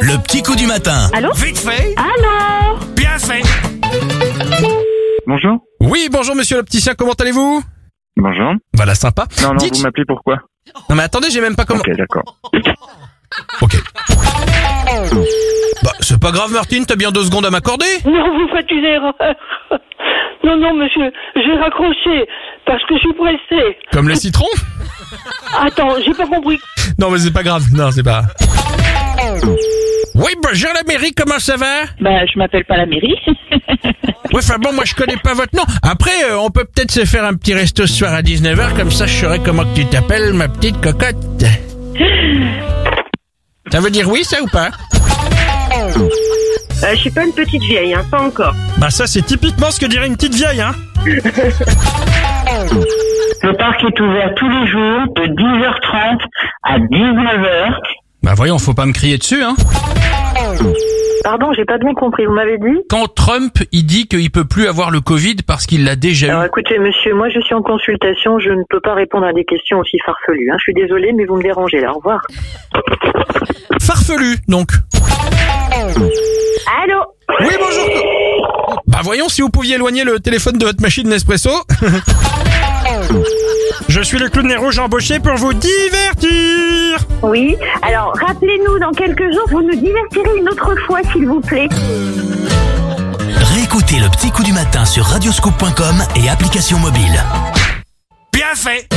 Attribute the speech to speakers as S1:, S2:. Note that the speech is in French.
S1: Le petit coup du matin.
S2: Allô
S1: Vite fait,
S2: Allô
S1: bien fait.
S3: Bonjour.
S4: Oui, bonjour monsieur le petit chien, comment allez-vous
S3: Bonjour.
S4: Voilà, sympa.
S3: Non, non,
S4: Dites-
S3: vous m'appelez pourquoi
S4: non mais attendez, j'ai même pas comment...
S3: Ok, d'accord.
S4: Bah, c'est pas grave Martine, t'as bien deux secondes à m'accorder
S2: Non, vous faites une erreur. Non, non, monsieur, j'ai raccroché parce que je suis pressé.
S4: Comme les citrons
S2: Attends, j'ai pas compris.
S4: Non mais c'est pas grave, non c'est pas... Oui, bonjour la mairie, comment ça va
S5: Bah, je m'appelle pas la mairie.
S4: Oui, enfin bon, moi je connais pas votre nom. Après, euh, on peut peut-être se faire un petit resto ce soir à 19h, comme ça je saurai comment que tu t'appelles, ma petite cocotte. Ça veut dire oui, ça ou pas
S6: Euh, je suis pas une petite vieille, hein, pas encore.
S4: Bah ça, c'est typiquement ce que dirait une petite vieille, hein
S7: Le parc est ouvert tous les jours de 10h30 à 19h.
S4: Bah voyons, faut pas me crier dessus, hein
S6: Pardon, j'ai pas bien compris. Vous m'avez dit
S4: quand Trump il dit qu'il peut plus avoir le Covid parce qu'il l'a déjà
S6: Alors
S4: eu.
S6: écoutez, monsieur, moi je suis en consultation, je ne peux pas répondre à des questions aussi farfelues. Hein. Je suis désolée, mais vous me dérangez là. Au revoir.
S4: Farfelu donc.
S6: Allô
S4: Oui bonjour. Bah voyons si vous pouviez éloigner le téléphone de votre machine Nespresso. Je suis le clown nez rouge embauché pour vous divertir.
S5: oui. Alors, rappelez-nous dans quelques jours, vous nous divertirez une autre fois, s'il vous plaît.
S1: Réécoutez le petit coup du matin sur radioscoop.com et application mobile.
S4: Bien fait.